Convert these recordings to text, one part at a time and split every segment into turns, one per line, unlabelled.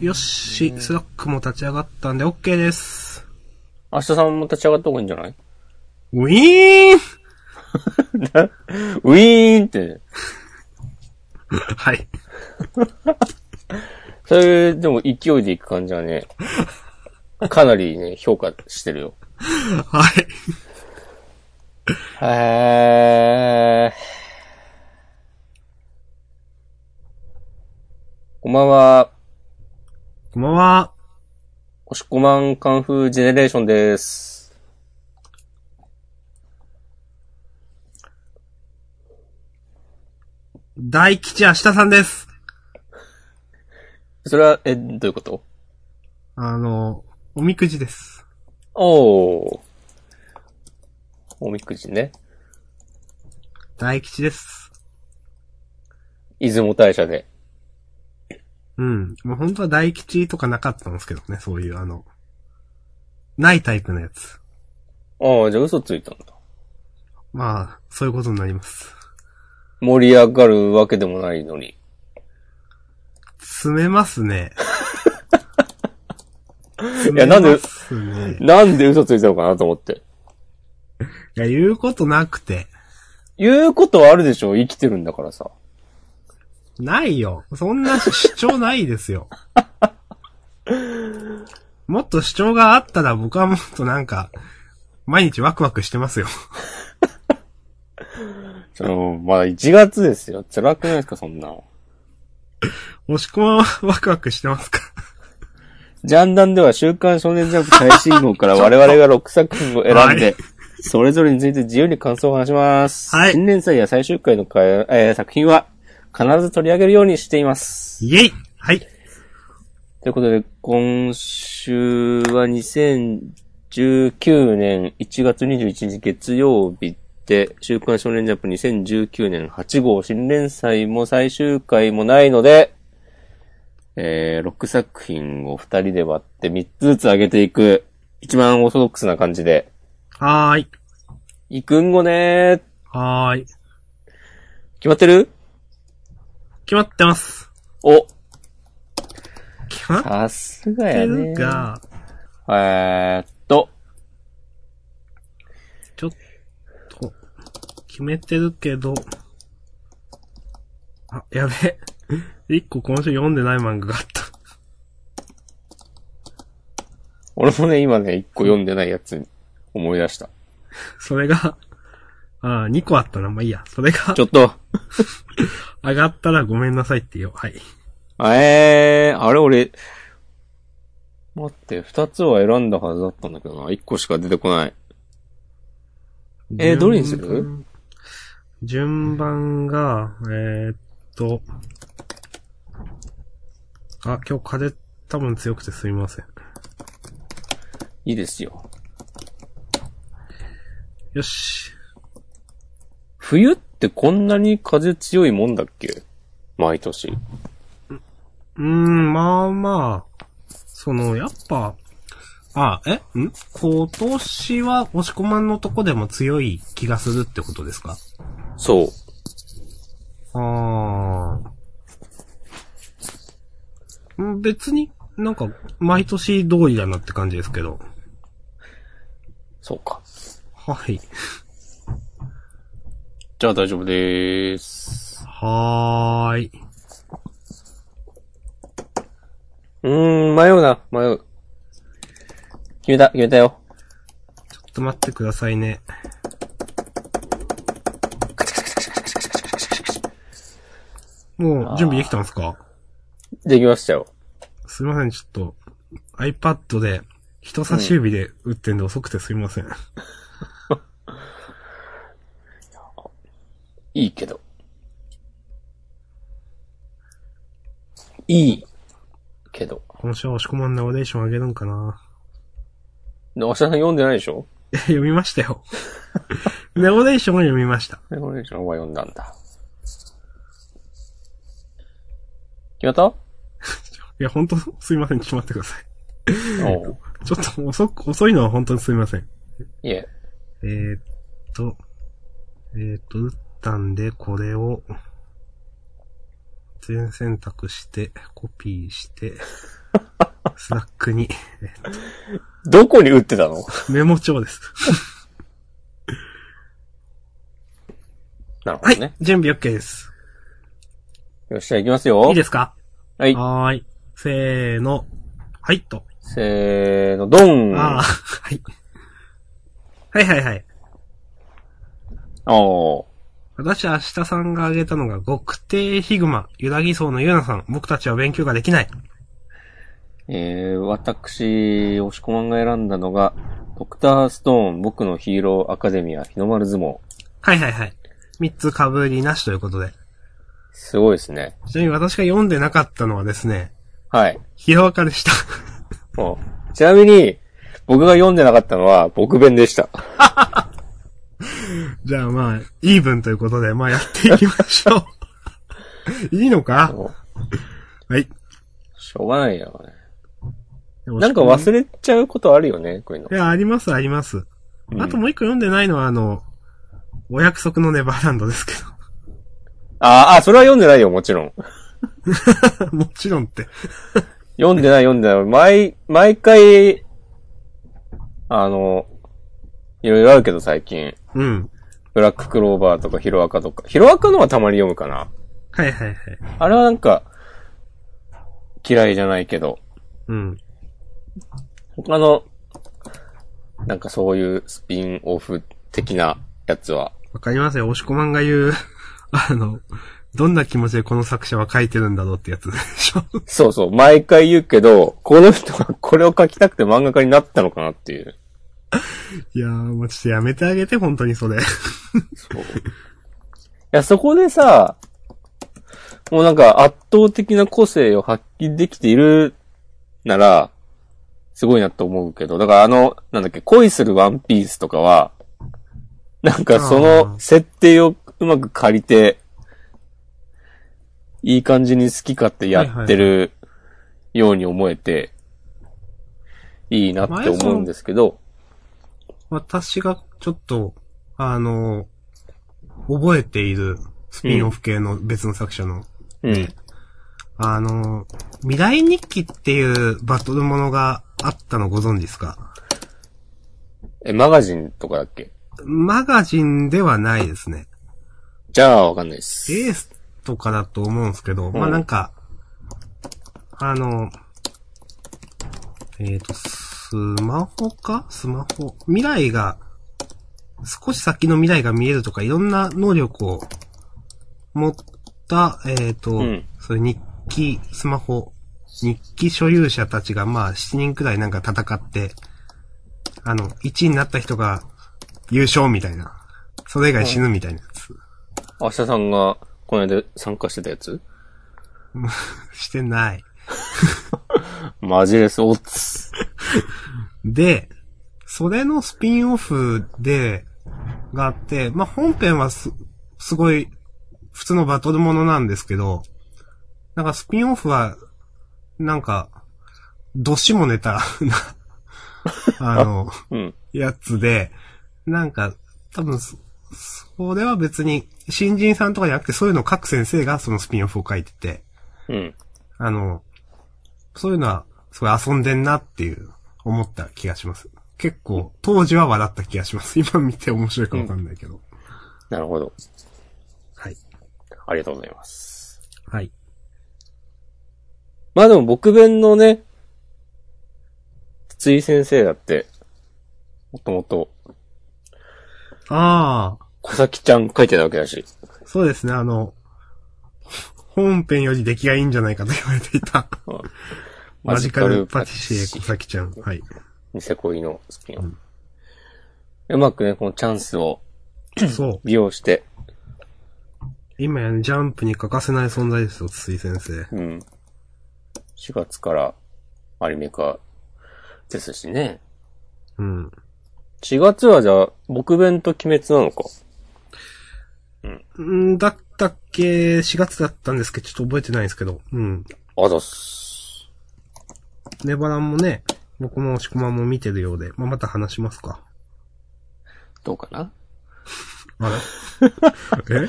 よっし、スラックも立ち上がったんで OK です。
明日さんも立ち上がった方がいいんじゃない
ウィーン
ウィーンって。
はい。
それでも勢いでいく感じはね、かなりね、評価してるよ。
はい。
へー。こんばんは。
こんばんは。
おしこまんカンフージェネレーションです。
大吉明日さんです。
それは、え、どういうこと
あの、おみくじです。
おー。おみくじね。
大吉です。
出雲大社で。
うん。まあ、本当は大吉とかなかったんですけどね、そういうあの、ないタイプのやつ。
ああ、じゃあ嘘ついたんだ。
まあ、そういうことになります。
盛り上がるわけでもないのに。
詰めますね。
いやなんで
詰めますね。
なんで嘘ついたのかなと思って。
いや、言うことなくて。
言うことはあるでしょ生きてるんだからさ。
ないよ。そんな主張ないですよ。もっと主張があったら僕はもっとなんか、毎日ワクワクしてますよ。
その、まだ1月ですよ。辛くないですか、そんな。
もしくはワクワクしてますか
ジャンダンでは週刊少年ジャンプ最新 号から我々が6作品を選ん
は
で
い、
それぞれについて自由に感想を話します。
はい
新年祭や最終回のか、えー作品は必ず取り上げるようにしています。
イェイはい。
ということで、今週は2019年1月21日月曜日で、週刊少年ジャンプ2019年8号新連載も最終回もないので、えー、6作品を2人で割って3つずつ上げていく、一番オーソドックスな感じで、
はーい。
いくんごねー。
はーい。
決まってる
決まってます。
お、
決まっ
さすが
て
や
る
ね。
が、
えーっと、
ちょっと、決めてるけど、あ、やべえ。一個今週読んでない漫画があった。
俺もね、今ね、1個読んでないやつ思い出した。
それが、あー、二個あったな。まあ、いいや。それが
ち、ょっと、
上がったらごめんなさいって言おう。はい。
ええー、あれ俺、待って、二つは選んだはずだったんだけどな。一個しか出てこない。えーどれにする
順順番が、えーっと、あ、今日風多分強くてすみません。
いいですよ。
よし。
冬ってこんなに風強いもんだっけ毎年。
うーん、まあまあ、その、やっぱ、あ、えん今年は、押し込まんのとこでも強い気がするってことですか
そう。
あー。ん別になんか、毎年通りだなって感じですけど。
そうか。
はい。
じゃあ大丈夫でーす。
はーい。
うーん、迷うな、迷う。決めた、決めたよ。
ちょっと待ってくださいね。もう、準備できたんですか
できましたよ。
すいません、ちょっと、iPad で、人差し指で打ってんで遅くてすいません。
いいけど。いい。けど。
今週は押し込まんなオレーションあげるんかな
で、明日さん読んでないでしょ
え読みましたよ。ネオレーションを読みました。
レゴレーションは読んだんだ。決まったお
いや、ほんと、すい ません。ちょっと待ってくださ
う
い。ちょっと遅く、遅いのは本当にすいません。
いえ。
えー、っと、えー、っと、打ったんで、これを、全選択して、コピー して、スラックに、
どこに打ってたの
メモ帳です。
なるほ
は
ど
い、
ね。
準備 OK です。
よっしゃ、行きますよ。
いいですか
はい。
はーい。せーの。はい、と。
せーの、ドン
ああ、はい。はいはいはい。
おー
私、明日さんが挙げたのが、極低ヒグマ、ユダギソウのユナさん、僕たちは勉強ができない。
えー、私、押し込まんが選んだのが、ドクターストーン、僕のヒーローアカデミア、日の丸相撲。
はいはいはい。三つ被りなしということで。
すごいですね。
ちなみに私が読んでなかったのはですね、
はい。
ヒロアカでした。
おちなみに、僕が読んでなかったのは、僕弁でした。
じゃあまあ、イーブンということで、まあやっていきましょう。 いいのか
お
はい。
しょうがないよね。なんか忘
れ
れちゃうことあるよね、こういうの
い。や、ありますあります。
うん
あともう一個読んでないのは、あの、お約束のネバーランドですけ
あーあ、それは読んでないよ、もちろん。
ど。 もちろんって。
読んでない、読んでない。毎、毎回、あの、いろいろあるけど最近。
うん。
ブラッククローバーとかヒロアカとか。ヒロアカのはたまに読むかな。
はいはいはい。
あれはなんか、嫌いじゃないけど。
うん。
他の、なんかそういうスピンオフ的なやつは。
わかりますよ。押し込まんが言う、 あの、どんな気持ちでこの作者は書いてるんだろうってやつでしょ。
そうそう、毎回言うけど、この人がこれを書きたくて漫画家になったのかなっていう。
いやー、もうちょっとやめてあげて、本当にそれ。
いや、そこでさ、もうなんか圧倒的な個性を発揮できているなら、すごいなと思うけど、だからあの、なんだっけ、恋するワンピースとかは、なんかそ
あー
の設定をうまく借りて、いい感じに好き勝手やってるように思えて、いいなって思うんですけど、
私がちょっと、あの、覚えているスピンオフ系の別の作者の、
うん。
あの、未来日記っていうバトルものがあったのご存知ですか
え、マガジンとかだっけ
マガジンではないですね。
じゃあわかんないです。
エースとかだと思うんですけど、
ん
まあなんか、あの、えっ、と、スマホかスマホ。未来が、少し先の未来が見えるとか、いろんな能力を持った、えっ、と、
うん
そういう日記、スマホ、日記所有者たちが、まあ、7人くらいなんか戦って、あの、1位になった人が優勝みたいな。それ以外死ぬみたいなやつ。
明日さんが、この間参加してたやつ
してない。
マジレスオッツ。
で、それのスピンオフで、があって、まあ、本編はす、すごい、普通のバトルものなんですけど、なんかスピンオフは、なんか、どしもネタ な、あの、
うん。
やつで、なんか、多分そ、それは別に、新人さんとかじゃなくて、そういうのを各先生がそのスピンオフを書いてて、
うん。
あの、そういうのは、すごい遊んでんなっていう、思った気がします。結構、当時は笑った気がします。 今見て面白いかわかんないけど。
なるほど。
はい。
ありがとうございます。
はい。
まあでも僕弁のね、筒井先生だって、もともと、
ああ、
小崎ちゃん書いてたわけだし。
そうですね、あの、本編より出来がいいんじゃないかと言われていた。 マジカルパティシエ小崎ちゃん。はい。
ニセ恋のスピンオフ。うまくね、このチャンスを
そう。
利用して、
今やね、ジャンプに欠かせない存在ですよ、筒井先生。
うん。4月からアニメ化ですしね。
うん。
4月はじゃあ、僕弁と鬼滅なのか。
うんだったっけ、4月だったんですけど、ちょっと覚えてないんですけど。うん。
あざっす。
ネバランもね、僕も押し込まんも見てるようで、まあ、また話しますか。
どうかな
あれえ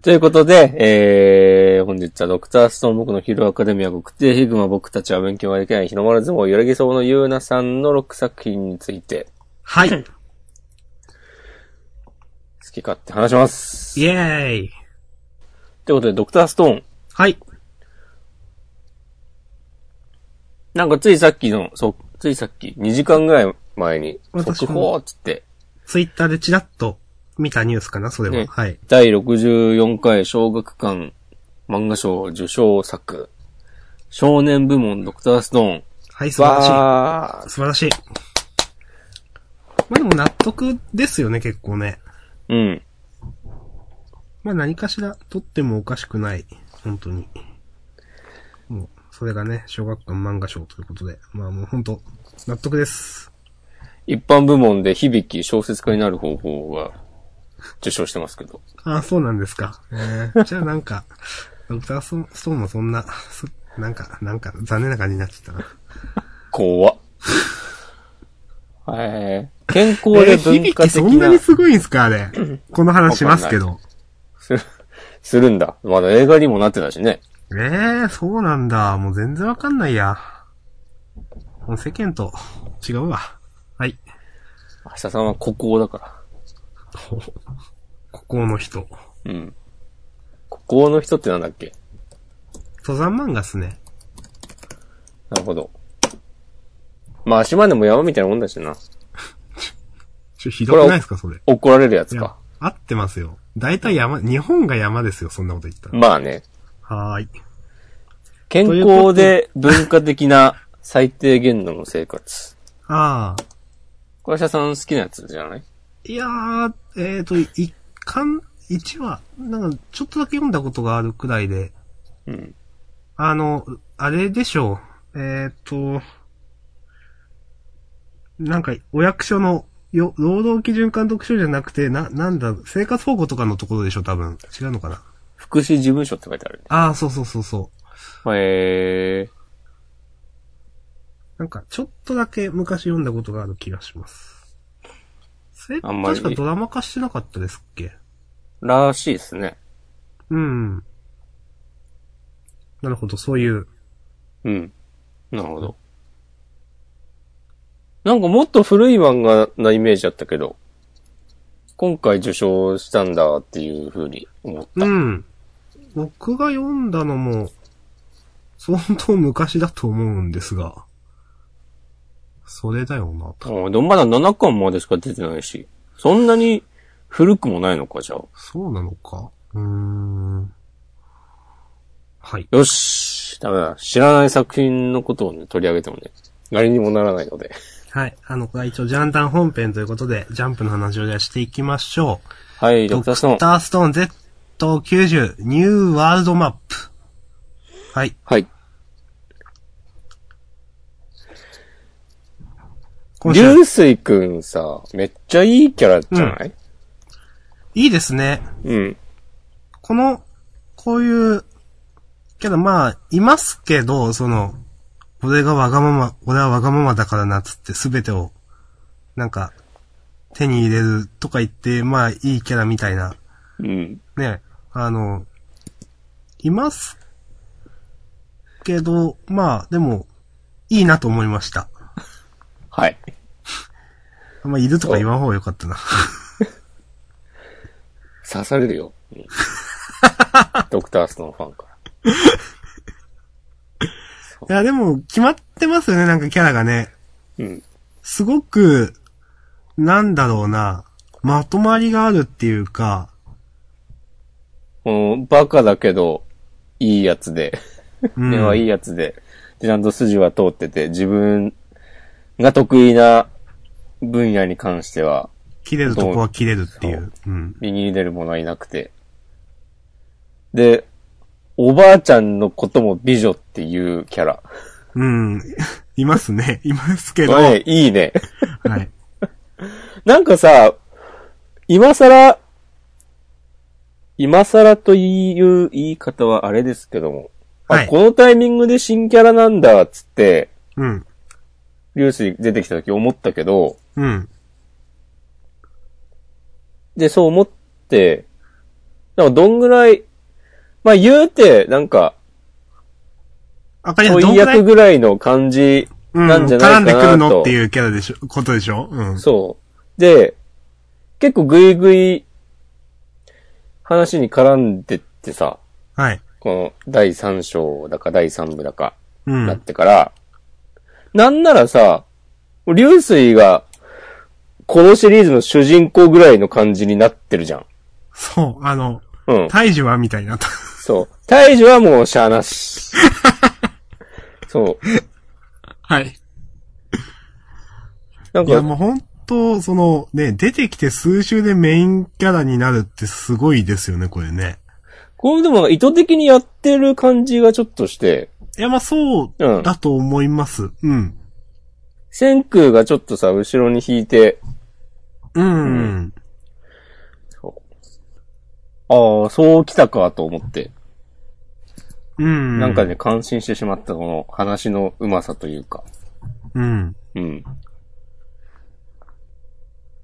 ということで、えー、ー本日はドクターストーン僕のヒーローアカデミア極低ヒグマ僕たちは勉強ができない日の丸相撲、揺らぎそうのゆうなさんの6作品について
はい。
好き勝手話します。
イエーイ。
ということで、ドクターストーン。
はい。
なんかついさっきの、そついさっき、2時間ぐらい前に、
私
速
も
報っつって、
ツイッターでチラッと見たニュースかな、それは。
ね
はい。
第64回小学館漫画賞受賞作、少年部門ドクターストーン。
はい、素晴らしい。
わ
素晴らしい。まあでも納得ですよね、結構ね。
ー。うん。
まあ何かしら取ってもおかしくない。本当に。もう、それがね、小学館漫画賞ということで。まあもう本当、納得です。
一般部門で響き小説家になる方法が受賞してますけど。
ああ、そうなんですか。えー、じゃあなんか、ドクターストーンストーンもそんな、そなんか、なんか残念な感じになっちゃったな。
怖っ。 えー、健康で文化
えー響き
的
そんな
な
に、すごいんすかあ れ。この話しますけど。
するするんだ。まだ映画にもなってたしね。
ええー、そうなんだ。もう全然わかんないや。もう世間と違うわ。はい。
明日さんは孤高だか
ここの人。
ら。うん。孤高の人ってなんだっけ
登山漫画っすね。
なるほど。まあ、島でも山みたいなもんだしな。
ちょ、ひどくないですか、それ。
怒られるや
い
つ
や
か。、
合ってますよ。大体山、日本が山ですよ、そんなこと言ったら。
まあね。
はーい。
健康で文化的な最低限度の生活。
ああ。
これ、明日さん好きなやつじゃない
いやー、えーと、一巻、一話、なんか、ちょっとだけ読んだことがあるくらいで、
うん。
あの、あれでしょう。えーっと、なんか、お役所の、よ、労働基準監督署じゃなくて、な、なんだ、生活保護とかのところでしょ、多分。違うのかな。
福祉事務所って書いてあるね。
ああ、そうそうそうそう。
え
なんか、ちょっとだけ昔読んだことがある気がします。せ、
あんまり
確かドラマ化してなかったですっけ
ー、らしいですね。
うん。なるほど、そういう。
うん。なるほど。なんかもっと古い漫画なイメージだったけど、今回受賞したんだっていう風に思った。
うん。僕が読んだのも、相当昔だと思うんですが、それだよな、と。
うん、でもまだ7巻までしか出てないし、そんなに古くもないのか、じゃあ。
そうなのかうーん。はい。
よしダメだ。知らない作品のことをね、取り上げてもね、何にもならないので。
はい。あの、これは一応ジャンダン本編ということで、ジャンプの話をじゃあしていきましょう。
はい、ドクターストーン
ドク。ターストーン Z90 ニューワールドマップ。はい。
はい。
今週
流水くんさ、めっちゃいいキャラじゃない、
いいですね。
うん。
この、こういう、けどまあ、いますけど、その、俺がわがまま、俺はわがままだからなっつって全てを、なんか、手に入れるとか言って、まあ、いいキャラみたいな、
うん。
ね、あの、いますけど、まあ、でも、いいなと思いました。
はい。
あんまいるとか言わん方がよかった な。
刺される よ。うんドクターストーンファンから。
いや、でも、決まってますよね、なんかキャラがね。
うん。
すごく、なんだろうな、まとまりがあるっていうか、
このバカだけど、いいやつで、
うん
根はいいやつで、でちゃんと筋は通ってて、自分が得意な分野に関しては、
切れるとこは切れるっていう。うん。
右に出る者はいなくて。で、おばあちゃんのことも美女っていうキャラ。
うん。 いますね。 いますけど。
こ
はい。
れね、いいね。
はい。
なんかさ、今更、今更という言い方はあれですけども、
は
あ、
い
このタイミングで新キャラなんだっつって、
うん。
流水出てきた時思ったけど、
うん。
で、そう思って、なんかどんぐらいまあ言うて、なんか、
わかりま
問
す。どん
い
くら
役
い、
ぐらいの感じ
うん、
なんじゃないか
絡んでくる
な
の
と
って。いうキャラでしょ、ことでしょうん。
そう。で、結構グイグイ話に絡んでってさ、
はい。
この第3章だか第3部だか
う
なっ
ん。
てから、なんならさ、流水がこのシリーズの主人公ぐらいの感じになってるじゃん。
そう、あの、
うん。
大樹はみたいな。
そう。大樹はもうしゃあなし。 そう。
はい。
なん
いや、
か、
もう本当その、ね、出てきて数週でメインキャラになるってすごいですよね、これね。
こうでも意図的にやってる感じがちょっとして、
いや、まあ、そう
うん。
だと思います。うん。
千空がちょっとさ、後ろに引いて、
うん。
ああ、そう来たかと思って、
うん。
なんかね、感心してしまったこの話のうまさというか。
うん。
うん。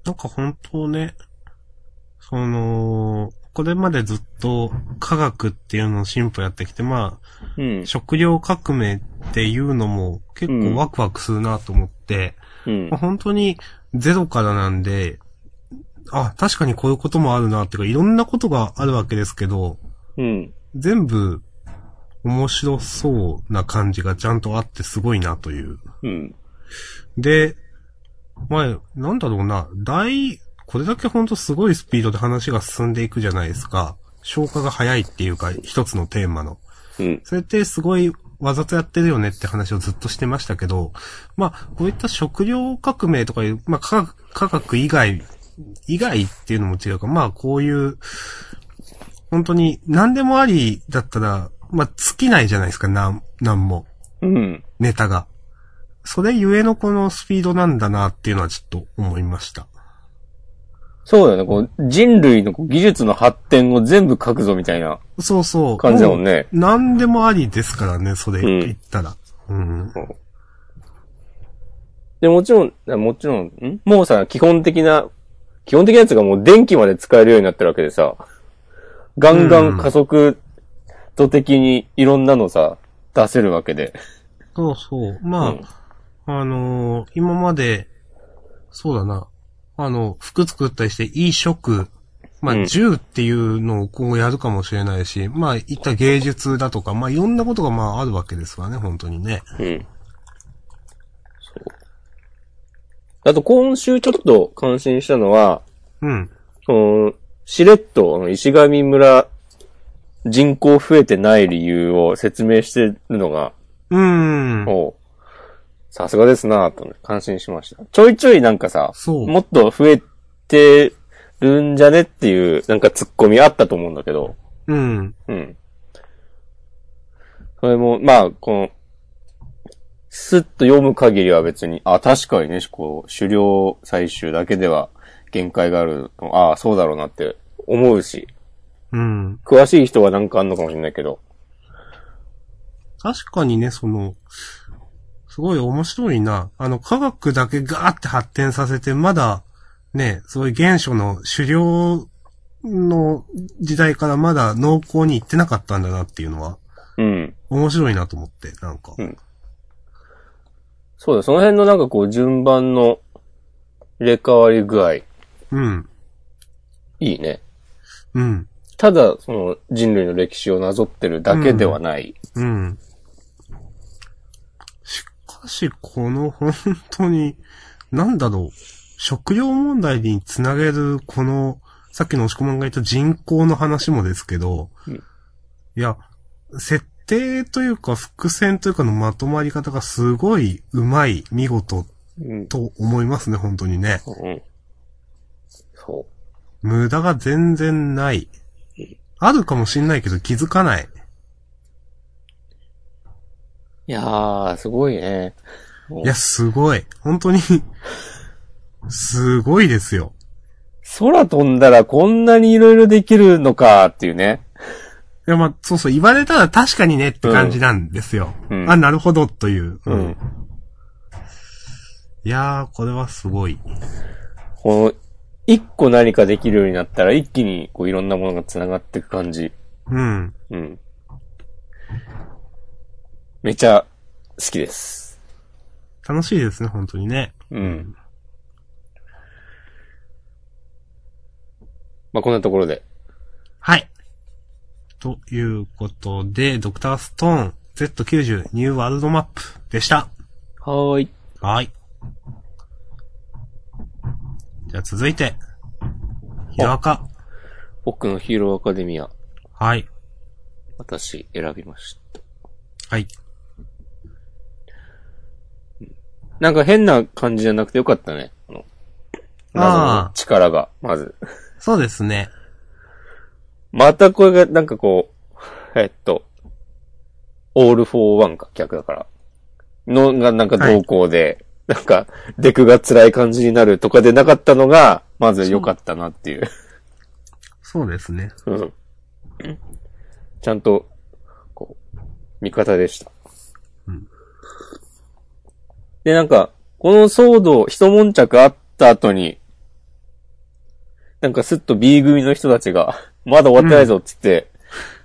なんか本当ね、その、これまでずっと科学っていうのを進歩やってきて、ま
う
あ、
ん。
食料革命っていうのも結構ワクワクするなと思って、
うん
まあ。本当にゼロからなんで、あ、確かにこういうこともあるなっていうか、いろんなことがあるわけですけど、
うん。
全部面白そうな感じがちゃんとあってすごいなという。
うん。
で、前、なんだろうな、大、これだけほんとすごいスピードで話が進んでいくじゃないですか。消化が早いっていうか、一つのテーマの。
うん。
それってすごいわざとやってるよねって話をずっとしてましたけど、まあ、こういった食料革命とかいう、まあ、科学、科学以外、以外っていうのも違うか、まあ、こういう、本当に何でもありだったら、まあ、尽きないじゃないですか、なん、なんも。
うん。
ネタが。それゆえのこのスピードなんだなっていうのはちょっと思いました。
そうだよね。こう、人類のこう技術の発展を全部書くぞみたいな
そうそう。
感じだもんね。
もう何でもありですからね、それ言ったら。うん。
で、もちろん、あもちろん、んもうさ、基本的な、基本的なやつがもう電気まで使えるようになってるわけでさ、ガンガン加速度的にいろんなのさ、出せるわけで。
そうそう。ま
うん
あ、あのー今まで、そうだな。あの、服作ったりして、いい食、ま
うん
あ、銃っていうのをこうやるかもしれないし、まあ、いった芸術だとか、まあ、いろんなことがまあ、あるわけですわね、本当にね。
うん。そう。あと今週ちょっと感心したのは、
うん。
その、しれっと、あの石神村、人口増えてない理由を説明してるのが、
うーん。
おうさすがですなぁとね、感心しました。ちょいちょいなんかさ、
そう
もっと増えてるんじゃねっていう、なんかツッコミあったと思うんだけど、
うん。
うん。それも、まあ、この、スッと読む限りは別に、あ、確かにね、こう、狩猟採集だけでは限界があるの、ああ、そうだろうなって思うし、
うん。
詳しい人はなんかあんのかもしれないけど、
確かにね、その、すごい面白いな。あの、科学だけガーって発展させて、まだ、ね、そういう原初の狩猟の時代からまだ農耕に行ってなかったんだなっていうのは、
うん。
面白いなと思って、なんか。
うんそうだ、その辺のなんかこう、順番の入れ替わり具合、い
うん。
いね。
うん。
ただ、その人類の歴史をなぞってるだけではない。
うん。しかし、この本当に、なんだろう、食料問題につなげる、この、さっきの押し込まんが言った人口の話もですけど、
うん
いや、設定というか伏線というかのまとまり方がすごい上手い、見事
うん。
と思いますね、本当にね。
うん。そ
無駄が全然ない。あるかもしんないけど気づかない。
う。いやー、すごいね。
いや、すごい。本当に、すごいですよ。
空飛んだらこんなにいろいろできるのかっていうね。
いや、まあ、そうそう、言われたら確かにねって感じなんですよ。
うん
あ、なるほど、という。
うん。
いやー、これはすごい。
この、一個何かできるようになったら一気にこういろんなものが繋がっていく感じ。
うん。
うん。めちゃ好きです。
楽しいですね、本当にね。
うん。まあ、こんなところで。
はい。ということで、ドクターストーン Z90 ニューワールドマップでした。
はーい。
はい。じゃあ続いて、ヒロアカ。
僕のヒーローアカデミア、
はい。
私選びました。
はい。
なんか変な感じじゃなくてよかったね。あの、謎
あ
の力が、まず。
そうですね。
またこれが、なんかこう、えっと、オールフォーワンか、逆だから。のが、なんか同行で、なんか、デクが辛い感じになるとかでなかったのが、まず良かったなっていう。
そうですね。
うん。ちゃんと、こう、味方でした。
うん
で、なんか、この騒動、一悶着あった後に、なんかすっと B 組の人たちが、 まだ終わってないぞっつって、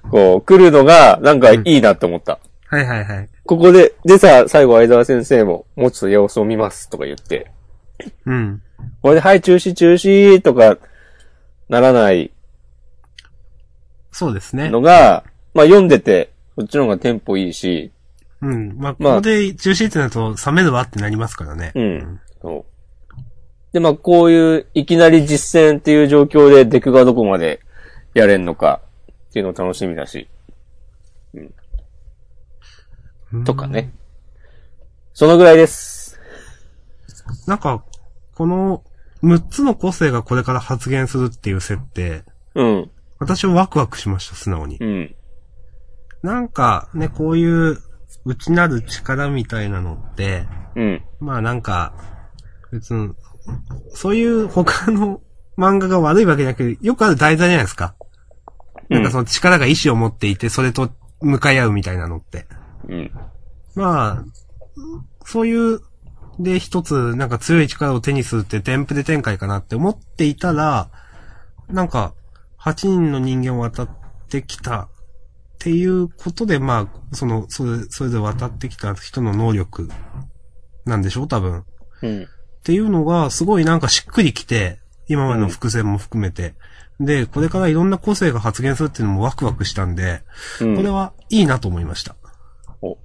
こう、来るのが、なんかいいなって思った。
はいはいはい。
ここで、でさ、最後、相沢先生も、もうちょっと様子を見ますとか言って、
うん。
これで、はい、中止、中止とか、ならない
そうですね
の。が、まあ読んでて、こっちの方がテンポいいし、
うん。まあ、
まあ
ここで中止ってなると、冷めるわってなりますからね。
うん。そう。で、まあこういう、いきなり実践っていう状況でデクがどこまでやれんのかっていうの楽しみだし、
うん
とか。ね。そのぐらいです。
なんか、この、6つの個性がこれから発現するっていう設定、
うん。
私はワクワクしました、素直に
う。ん。
なんか、ね、こういう、内なる力みたいなのって、
うん。
まあなんか、別に、そういう他の漫画が悪いわけじゃなくて、よくある題材じゃないですか。
う
なんんかその力が意志を持っていて、それと向かい合うみたいなのって。
うん。
まあ、そういう、で一つ、なんか強い力を手にするって添付で展開かなって思っていたら、なんか、8人の人間を渡ってきたっていうことで、まあ、その、それ、それで渡ってきた人の能力なんでしょう多分。
うん。
っていうのが、すごいなんかしっくりきて、今までの伏線も含めて。で、これからいろんな個性が発現するっていうのもワクワクしたんで、
うん。
これはいいなと思いました。
お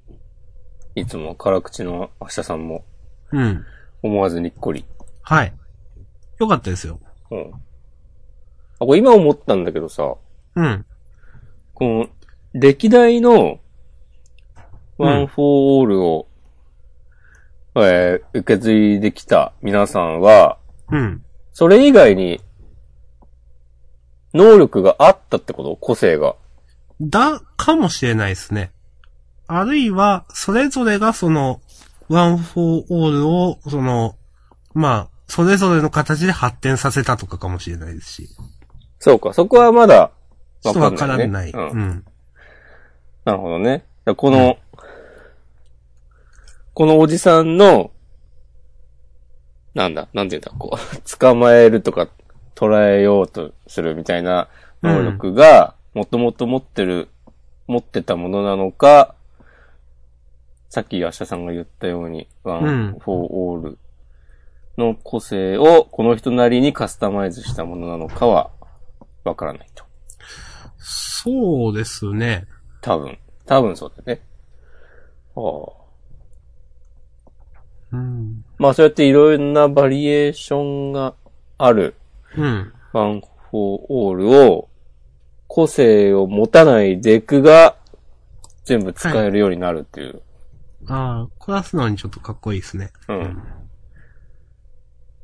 いつも辛口の明日さんも
うん。
思わずにっこり。
はい。よかったですよ。
うん。あ、これ今思ったんだけどさ、
うん。
この、歴代の、ワン・フォー・オールを、えー受け継いできた皆さんは、
うん。
それ以外に、能力があったってこと個性が。
だ、かもしれないですね。あるいは、それぞれがその、ワン・フォー・オールを、その、まあ、それぞれの形で発展させたとかかもしれないですし。
そうか、そこはまだ、
ちょっとわから
ね
ない。
うん
うん。
なるほどね。だからこの、このおじさんの、なんだ、なんて言うんだ、こう、 捕まえるとか、捉えようとするみたいな能力が、もともと持ってる、持ってたものなのか、さっき明日さんが言ったように、ワ
う
ン
ん、
フォー、オールの個性を、この人なりにカスタマイズしたものなのかは、わからないと。
そうですね。
多分。多分そうだよね。ああ。
うん。
まあそうやっていろんなバリエーションがある
うん。
ワン・フォー・オールを個性を持たないデクが全部使えるようになるっていう。
ああ、これは素直にちょっとかっこいいですね。
うん。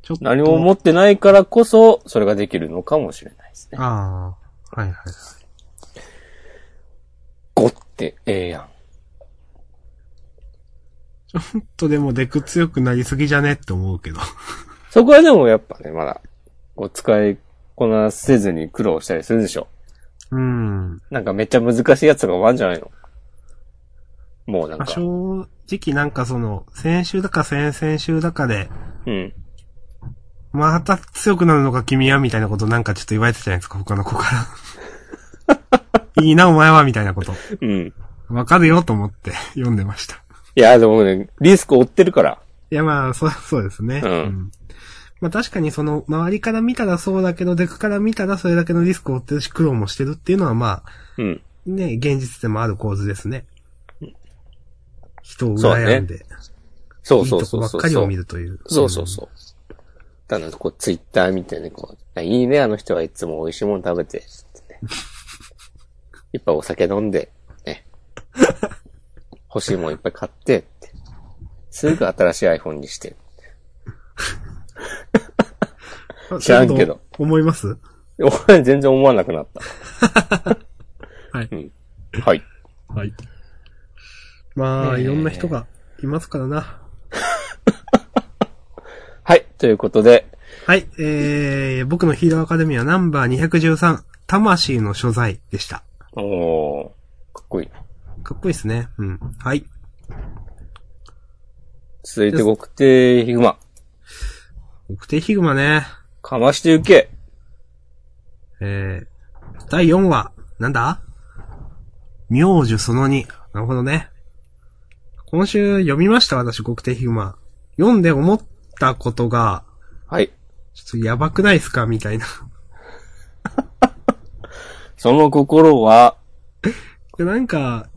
ちょっと。
何も持ってないからこそそれができるのかもしれないですね。
ああ、はいはい。
ゴってええやん。
とでもデク強くなりすぎじゃねって思うけど。
そこはでもやっぱね、まだこう使いこなせずに苦労したりするでしょ。
うん。
なんかめっちゃ難しいやつとかもあるんじゃないのもうなん
まあ
か。
正直なんかその、先週だか先々週だかで、
うん。
また 強くなるのか君はみたいなことなんかちょっと言われてたじゃないですか、他の子から。いいな、お前は、みたいなこと。
うん。
わかるよと思って読んでました。
いや、でもね、リスクを負ってるから。
いや、まあ、そう、そうですね。
うん
まあ確かにその、周りから見たらそうだけど、デクから見たらそれだけのリスクを負ってるし、苦労もしてるっていうのは、まあ、
うん。
ね、現実でもある構図ですね。人を羨んで、い
そ
うい
そう
と
そ
こ
う
ばっ
そう。
かりを見るという。
そうそうそう。だから、こう、ツイッター見てね、こう、あいいね、あの人はいつも美味しいもの食べて、つってね。いっぱいお酒飲んで、ね。欲しいもんいっぱい買って、って。すぐ新しい iPhone にして。
うん。
知らんけど
あ。そう思います
俺全然思わなくなった。
はい
うん。はい。
はい。まあ、
ねえ
いろんな人がいますからな。
はい。ということで、
はい、えー、僕のヒーローアカデミアナンバー213、魂の所在でした。
おー、かっこいい。
かっこいいですね。うん。はい。
続いて、極低ヒグマ。
奥手ヒグマね。
かましてゆけ。
えー、第4話、なんだ明樹その2。なるほどね。今週読みました、私、極低ヒグマ。読んで思ったことが、
はい。
ちょっとやばくないですかみたいな。
その心は、
でなんか、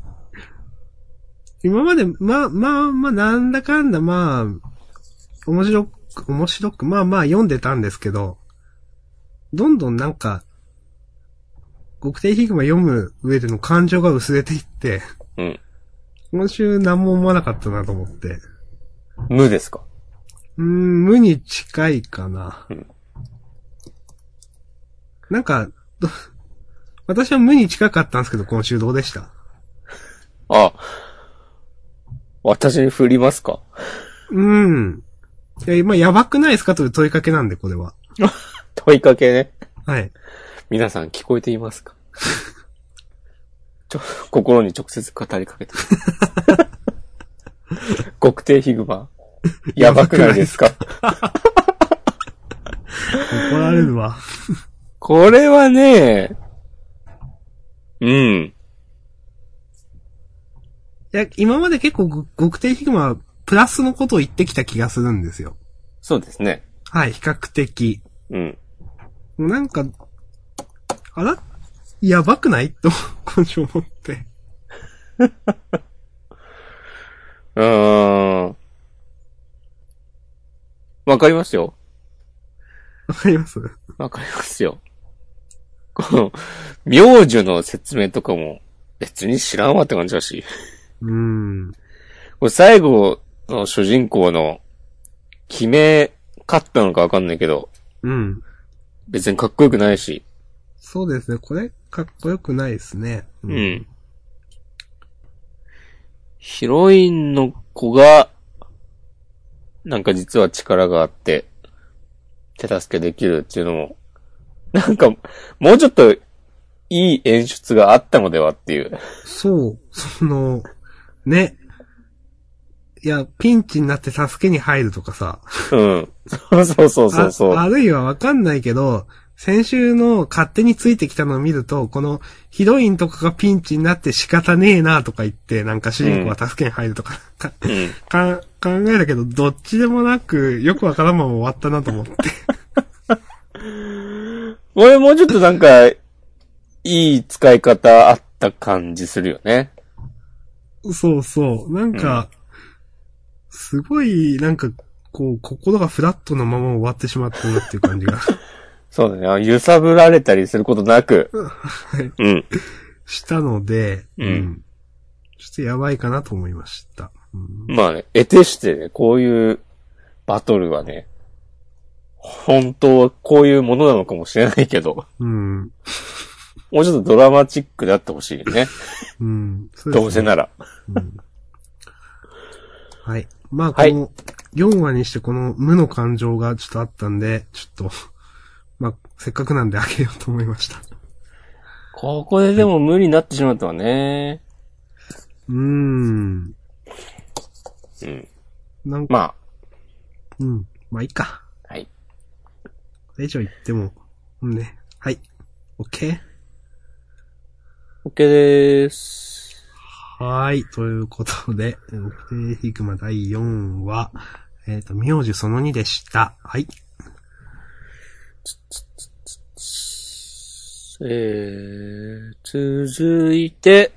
今まで、まあまあまあ、なんだかんだ、まあ、面白く、面白く、まあまあ読んでたんですけど、どんどんなんか、極低ヒグマ読む上での感情が薄れていって、
うん。
今週何も思わなかったなと思って。
無ですか。
うーん、無に近いかな。
うん
なんか、ど私は無に近かったんですけど、今週どうでした
あ、私に振りますか
うん。いや、まあ、やばくないですかという問いかけなんで、これは。
問いかけね。
はい。
皆さん聞こえていますか ちょ、心に直接語りかけて。 極低ヒグマ。やばくないですか
怒られるわ。
これはね、うん。
いや、今まで結構ご、極低ヒグマは、プラスのことを言ってきた気がするんですよ。
そうですね。
はい、比較的。
うん。
もうなんか、あらやばくないと、 今週思って。
うーん。わかりますよ。
わかります
わかりますよ。この、名字の説明とかも、別に知らんわって感じだし。
うん。
これ最後の主人公の、決め、勝ったのかわかんないけど、
うん。
別にかっこよくないし。
そうですね。これ、かっこよくないですね。う
う。ん。ヒロインの子が、なんか実は力があって、手助けできるっていうのも、なんか、もうちょっと、いい演出があったのではっていう。
そう、その、ね。いや、ピンチになって助けに入るとかさ。
うん。 そうそうそうそうそう。
ああるいはわかんないけど、先週の勝手についてきたのを見ると、このヒロインとかがピンチになって仕方ねえなとか言って、なんか主人公は助けに入るとか、か
うん。
か考えたけど、どっちでもなく、よくわからんまま終わったなと思って。
俺もうちょっとなんか、いい使い方あった感じするよね。
そうそう。なんか、すごい、なんか、こう、心がフラットなまま終わってしまったなっていう感じが
そうだね。揺さぶられたりすることなく。
い
うん。
したので、
うん
ちょっとやばいかなと思いました。うん
まあね、得てしてね、こういうバトルはね、本当はこういうものなのかもしれないけど、
うん。
もうちょっとドラマチックであってほしいよね。
うん。そですね
どうせなら。
うんはい。まあ、こ
はい
の、4話にしてこの無の感情がちょっとあったんで、ちょっと、まあ、せっかくなんであげようと思いました。
ここででも無理になってしまったわね。
うーん。
うん。
なんか、
ま
うん。まあ、いいか。
あ、はい。
これ以上言っても、うんね。はい。OK?
OK です。
はい。ということで、えー奥定ヒグマ第4話、えっ、と、名字その2でした。はい。
えー、続いて、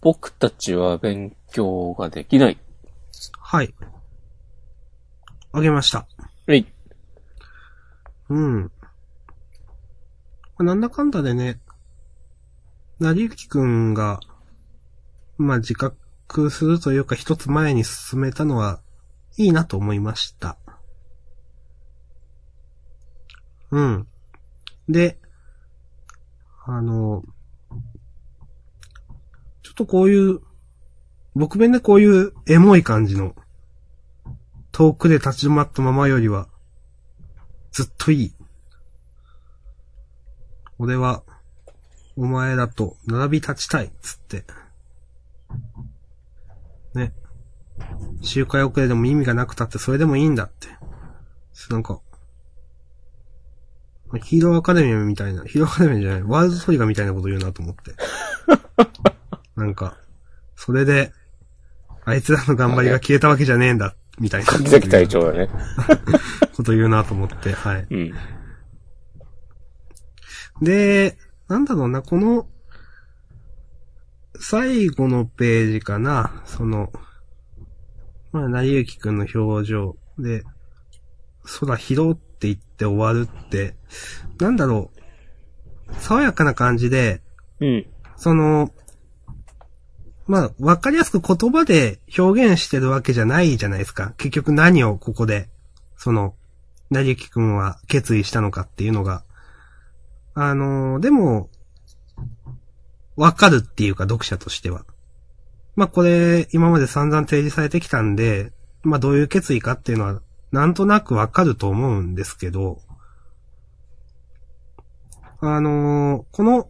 僕たちは勉強ができない。
はい。あげました。
はい。
うん。これなんだかんだでね、成りきくんが、まあ、自覚するというか一つ前に進めたのは、いいなと思いました。うん。で、あの、ちょっとこういう、僕弁でこういうエモい感じの、遠くで立ち止まったままよりは、ずっといい。俺は、お前らと並び立ちたい、つって。ね。周回遅れでも意味がなくたってそれでもいいんだって。なんか、ヒーローアカデミーみたいな、ヒーローアカデミーじゃない、ワールドトリガーみたいなこと言うなと思って。なんか、それで、あいつらの頑張りが消えたわけじゃねえんだ、みたいな
木崎隊長だね。
こと言うなと思って、はい。
うん。
で、なんだろうな、この、最後のページかな、その、まあ、成ゆきくんの表情で、空拾って言って終わるって、なんだろう、爽やかな感じで、
うん。
その、まあ、わかりやすく言葉で表現してるわけじゃないじゃないですか。結局何をここで、その、なりゆきくんは決意したのかっていうのが。あのーでも、わかるっていうか、読者としては。まあ、これ、今まで散々提示されてきたんで、まあ、どういう決意かっていうのは、なんとなくわかると思うんですけど、あのーこの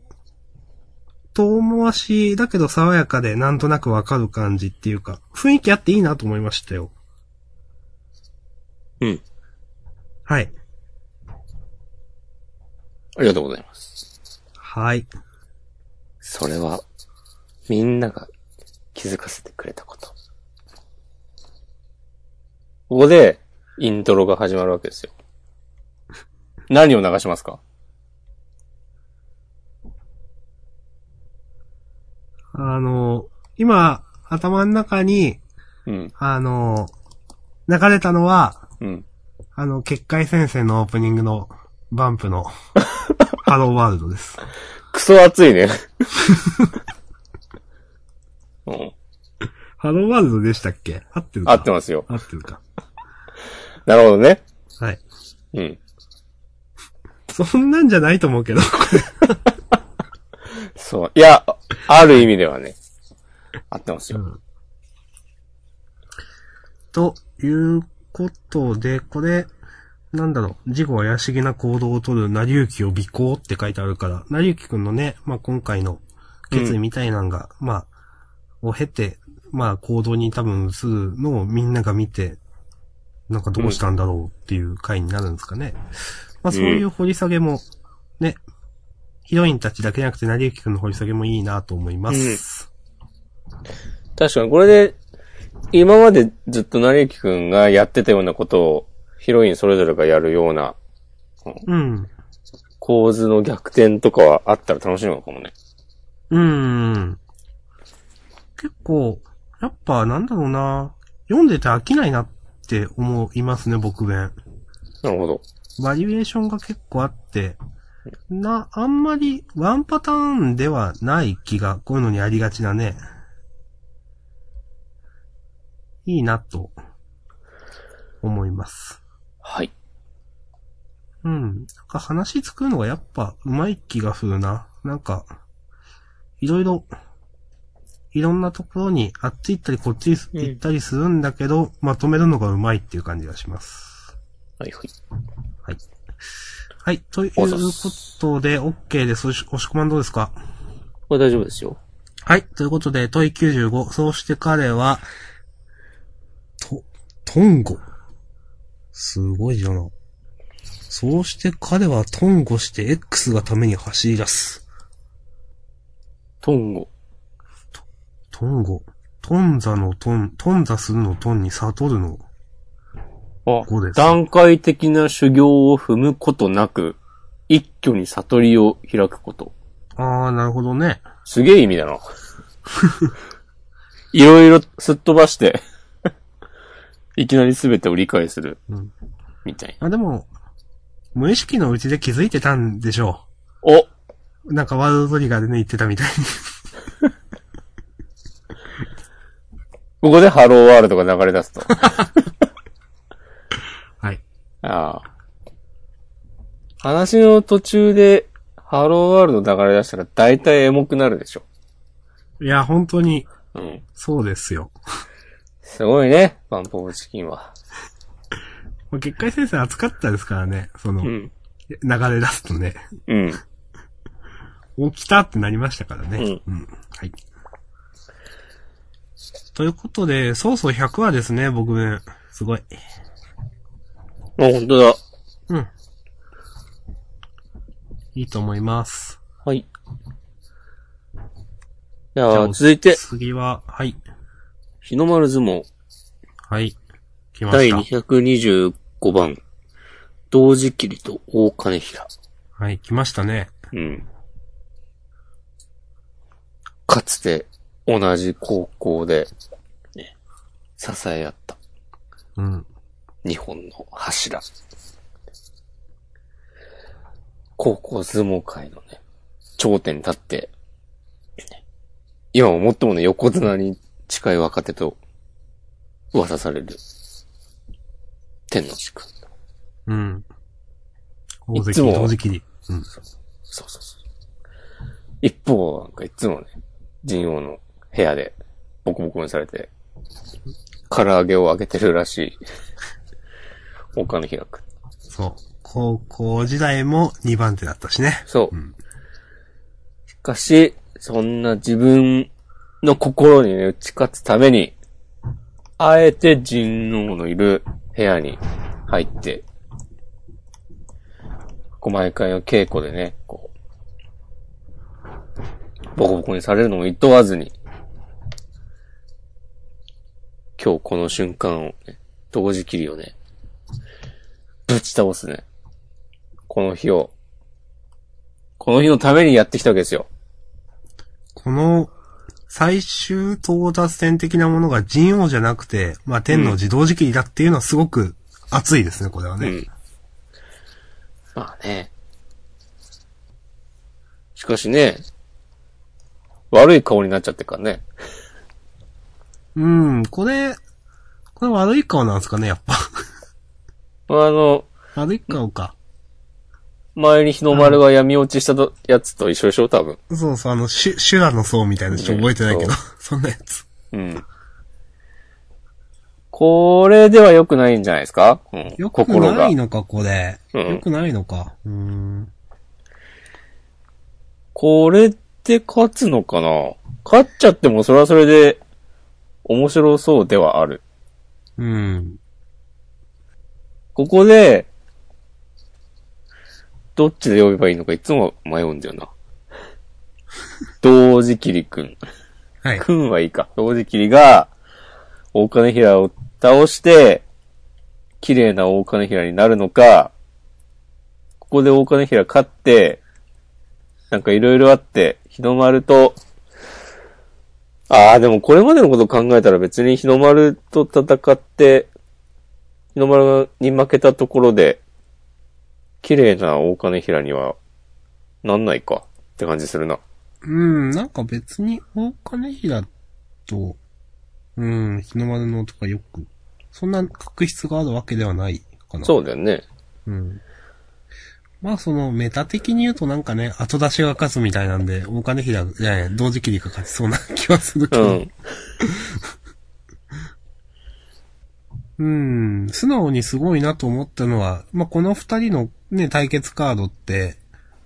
遠回しだけど爽やかでなんとなくわかる感じっていうか、雰囲気あっていいなと思いましたよ。
うん。
はい。
ありがとうございます。
はい。
それは、みんなが気づかせてくれたこと。ここで、イントロが始まるわけですよ。何を流しますか
あの、今、頭の中に、
うん、
あの、流れたのは、
うん。
あの、結界先生のオープニングのバンプの ハローワールドです。
クソ熱いね。 うん、
ハローワールドでしたっけ合ってるか
合ってますよ。
合ってるか。
なるほどね。
はい。
うん。
そんなんじゃないと思うけど、これ
そう。いや、あある意味ではね。合ってますよ。
ということで、これ、なんだろう、事後怪しげな行動を取る成幸を尾行って書いてあるから、成幸くんのね、まあ、今回の決意みたいなんが、まあ、を経て、まあ、行動に多分移るのをみんなが見て、なんかどうしたんだろうっていう回になるんですかね。まあ、そういう掘り下げも、ね、ヒロインたちだけじゃなくて成幸くんの掘り下げもいいなと思います。
確かにこれで、今までずっと成幸くんがやってたようなことを、ヒロインそれぞれがやるような
うん。
構図の逆転とかはあったら楽しいのかもね。
うーん。結構、やっぱなんだろうな。読んでて飽きないなって思いますね、僕弁。
なるほど。
バリエーションが結構あって、な、あんまりワンパターンではない気が、こういうのにありがちだね。いいなと、思います。
はい。
うん。なんか話作るのがやっぱ上手い気がするな。なんか、いろいろ、いろんなところにあっち行ったりこっち行ったりするんだけど、まとめるのが上手いっていう感じがします。
はい、はい。
はい。というこ
あざっす
とで、OK です。押し押し込まんどうですか
これ大丈夫ですよ。
はい。ということで、問い95。そうして彼は、と、トンゴ。すごいじゃな。そうして彼はトンゴして X がために走り出す。
トンゴ。
トンゴ。トンザのトン、トンザするのトンに悟るの。
あ
こうで、す
段階的な修行を踏むことなく、一挙に悟りを開くこと。
あー、なるほどね。
すげえ意味だな。 いろいろすっ飛ばして、 いきなり全てを理解する
うん。
みたいな。
あ、でも、無意識のうちで気づいてたんでしょ
お
う。なんかワールドトリガーでね、言ってたみたいに。
ここでハローワールドが流れ出す と。
はい。
ああ。話の途中で、ハローワールド流れ出したら大体エモくなるでしょ。
いや、本当に、
うん。
そうですよ。
すごいね、バンポーブチキンは。
まあ結界先生熱かったですからね、その、
うん。
流れ出すとね、
うん。
起きたってなりましたからね。うん。はい。ということで、そうそう100話ですね、僕ね。すごい。
もう本当だ。
うん。いいと思います。
はい。
じ
じゃ
ゃ
あ、
あ
続いて、
次は、はい。
日の丸相撲。
はい。来ま
第
した。
225番。同時切りと大金平。
はい、来ましたね。
うん。かつて同じ高校で、ね、支え合った
うん。
日本の柱。高校相撲界のね、頂点に立って、ね今も最もね、横綱に近い若手と噂される天皇寺君。
うん。
い
大
つ
関、
も
同時切り。うん。
そうそうそう。一方、なんかいつもね、人王の部屋で、ボコボコにされて、唐揚げをあげてるらしい。 お金開く。
そう。高校時代も2番手だったしね。
そう。
うん
しかし、そんな自分の心にね、打ち勝つために、あえて人王のいる部屋に入って、こう毎回の稽古でね、こう、ボコボコにされるのも厭わずに、今日この瞬間を、ね、同時切りをね、ぶち倒すね。この日を、この日のためにやってきたわけですよ。
この、最終到達点的なものが人王じゃなくて、まあ、天皇寺同時切りだっていうのはすごく熱いですね、これはね。
うん。まあね。しかしね、悪い顔になっちゃってるからね。
うん、これ、これ悪い顔なんですかね、やっぱ。
まああの、
悪い顔か。
前に日の丸が闇落ちしたとやつと一緒でしょ多分。
そうそう、あの、シュ、シュラの層みたいな、ちょっと覚えてないけど、
うん
そんなやつ。
うん。これでは良くないんじゃないですかうん。
よく
心
な
が
い。のか、これ。
うん
よくないのか。うーん。
これって勝つのかな勝っちゃってもそれはそれで面白そうではある。
うん。
ここで、どっちで呼べばいいのかいつも迷うんだよな。同時切りくん。
はい。
くんはいいか。同時切りが、大金平を倒して、綺麗な大金平になるのか、ここで大金平勝って、なんかいろいろあって、日の丸と、ああ、でもこれまでのことを考えたら別に日の丸と戦って、日の丸に負けたところで、綺麗な大金平には、なんないかって感じするな。
うん、なんか別に、大金平と、うん、日の丸のとかよく、そんな確執があるわけではないかな。
そうだよね。
う。うん。まあその、メタ的に言うとなんかね、後出しが勝つみたいなんで、大金平、いやいや、同時期にか勝ちそうな気はするけ
う
ど。
ん。
うん、素直にすごいなと思ったのは、まあこの二人のね、対決カードって、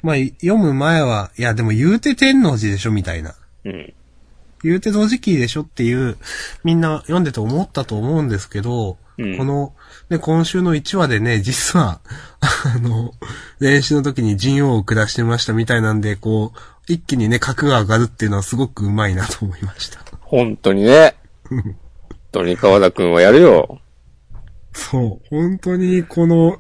まあい読む前は、いやでも言うて天皇寺でしょみたいな。
うん。
言うて同時期でしょっていう、みんな読んでて思ったと思うんですけど、
うん
この、ね、今週の1話でね、実は、 あの、練習の時に陣王を下してましたみたいなんで、こう、一気にね、格が上がるっていうのはすごくうまいなと思いました。
本当にね。本当に川田くんはやるよ。
そう、本当にこの、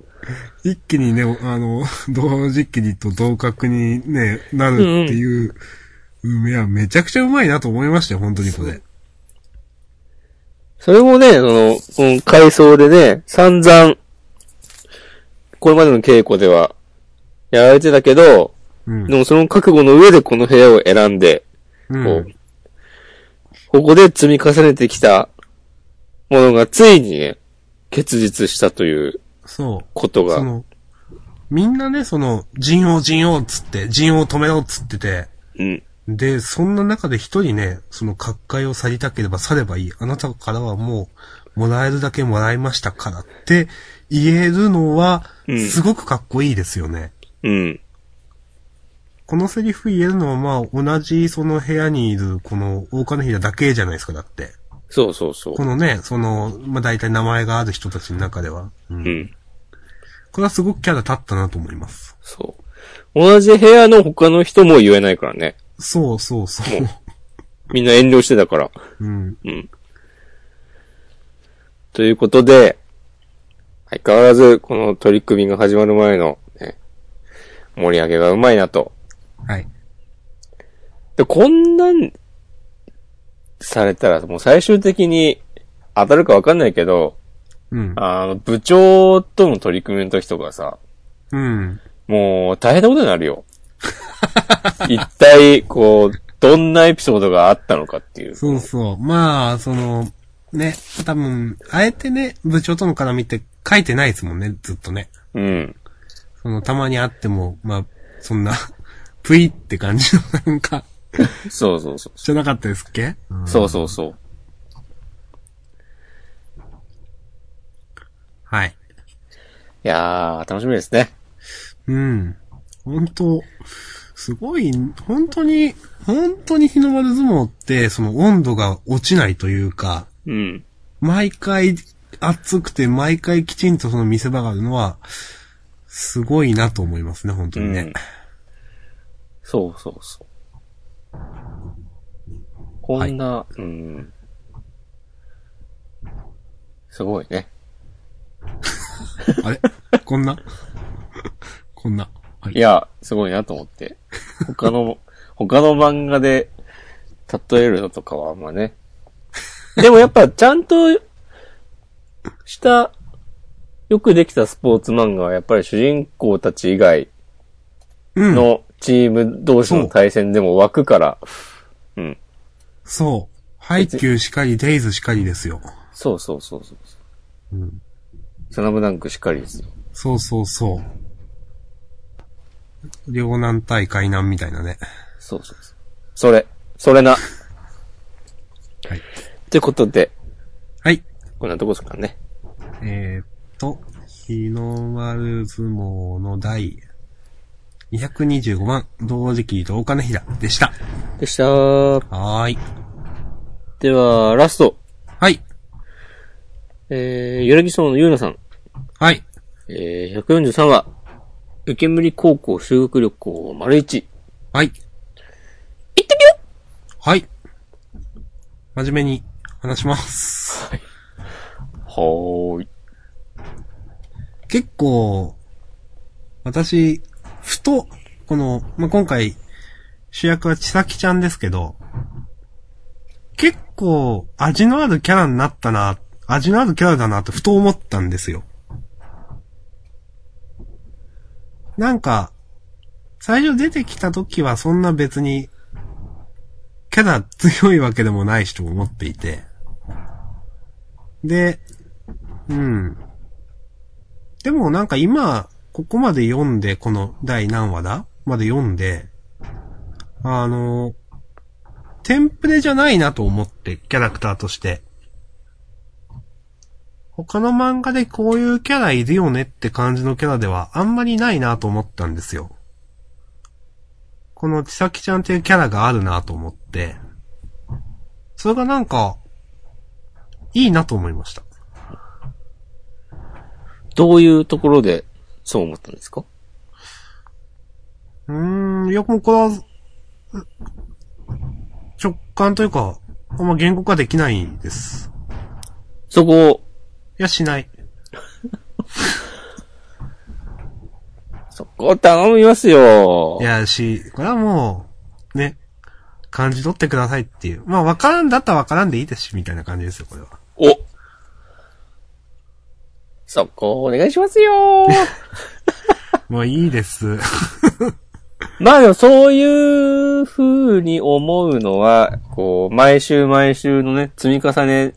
一気にね、あの、 同時期にと同格に、ね、なるっていう、いや、めちゃくちゃうまいなと思いましたよ、本当にこれ。
それもね、その、うん、回想でね、散々、これまでの稽古では、やられてたけど、
うん。
でもその覚悟の上でこの部屋を選んで、
う。、
こうんここで積み重ねてきたものがついにね、結実したという
そう。
こと
そ
が、
の、みんなね、その、陣王陣王っつって、陣王止めろっつってて、
うん、
で、そんな中で一人ね、その、各界を去りたければ去ればいい。あなたからはもう、もらえるだけもらいましたからって言えるのは
うん、
すごくかっこいいですよね。
うん、
このセリフ言えるのはまあ、同じその部屋にいる、この、大金平だけじゃないですか、だって。
そうそうそう
こ。のね、その、まあ大体名前がある人たちの中では。うん
うん、
これはすごくキャラ立ったなと思います。
そう。同じ部屋の他の人も言えないからね。
そうそうそう。
みんな遠慮してたから。
うん。
うん。ということで、相変わらず、この取り組みが始まる前の、ね、盛り上げがうまいなと。
はい。
で、こんなん、されたら、もう最終的に、当たるかわかんないけど、
うん。
あの、部長との取り組みの時とかさ、
うん。
もう大変なことになるよ。一体、こう、どんなエピソードがあったのかっていう。
そうそう。まあ、その、ね、多分、あえてね、部長との絡みって書いてないですもんね、ずっとね。
うん。
その、たまに会っても、まあ、そんな、 ぷいって感じの、なんか、
そうそうそう。
じゃなかったですっけ
そうそうそう。
はい。
いやー、楽しみですね。
うん。本当すごい、本当に、本当に日の丸相撲って、その温度が落ちないというか、
うん。
毎回熱くて、毎回きちんとその見せ場があるのは、すごいなと思いますね、本当にね。
うんそうそうそう。こんな、うん。すごいね。
あれこんなこんな。はい
いや、すごいなと思って。他の、 他の漫画で例えるのとかはあんまね。でもやっぱちゃんとした、よくできたスポーツ漫画はやっぱり主人公たち以外
うん。
のチーム同士の対戦でも湧くから、うん。
そう。ハイキューしかり、デイズしかりですよ。
そうそうそうそう。
うん。
スラムダンクしっかりですよ。
そうそうそう。両南対海南みたいなね。
そうそうそう。それ、それな。
はい。
ということで、
はい。
こんなとこですかね。
えーっと、日の丸相撲の第225番、同時期同金平でした。
でしたー。
はーい。
では、ラスト。
はい。
えー、ゆらぎそうのゆうなさん。
はい。
えー、143話。受けむり高校修学旅行丸一。
はい。行ってみようはい。真面目に話します。
はーい。
結構、私、ふと、この、まあ、今回、主役はちさきちゃんですけど、結構、味のあるキャラになったな、味のあるキャラだなとふと思ったんですよ。なんか、最初出てきた時はそんな別に、キャラ強いわけでもないしと思っていて。で、うん。でもなんか今、ここまで読んで、この第何話だまで読んで、あの、テンプレじゃないなと思って、キャラクターとして。他の漫画でこういうキャラいるよねって感じのキャラではあんまりないなと思ったんですよ。このちさきちゃんっていうキャラがあるなと思って、それがなんか、いいなと思いました。
どういうところでそう思ったんですか
うーん、いや、もうこれは、うん直感というか、あんま言語化できないです。
そこを、
いや、しない。
そこを頼みますよ
い。や、し、これはもう、ね、感じ取ってくださいっていう。まあ、わからんだったらわからんでいいですし、みたいな感じですよ、これは。
おそこをお願いしますよ
もういいです。
まあでもそういう風に思うのは、こう、毎週毎週のね、積み重ね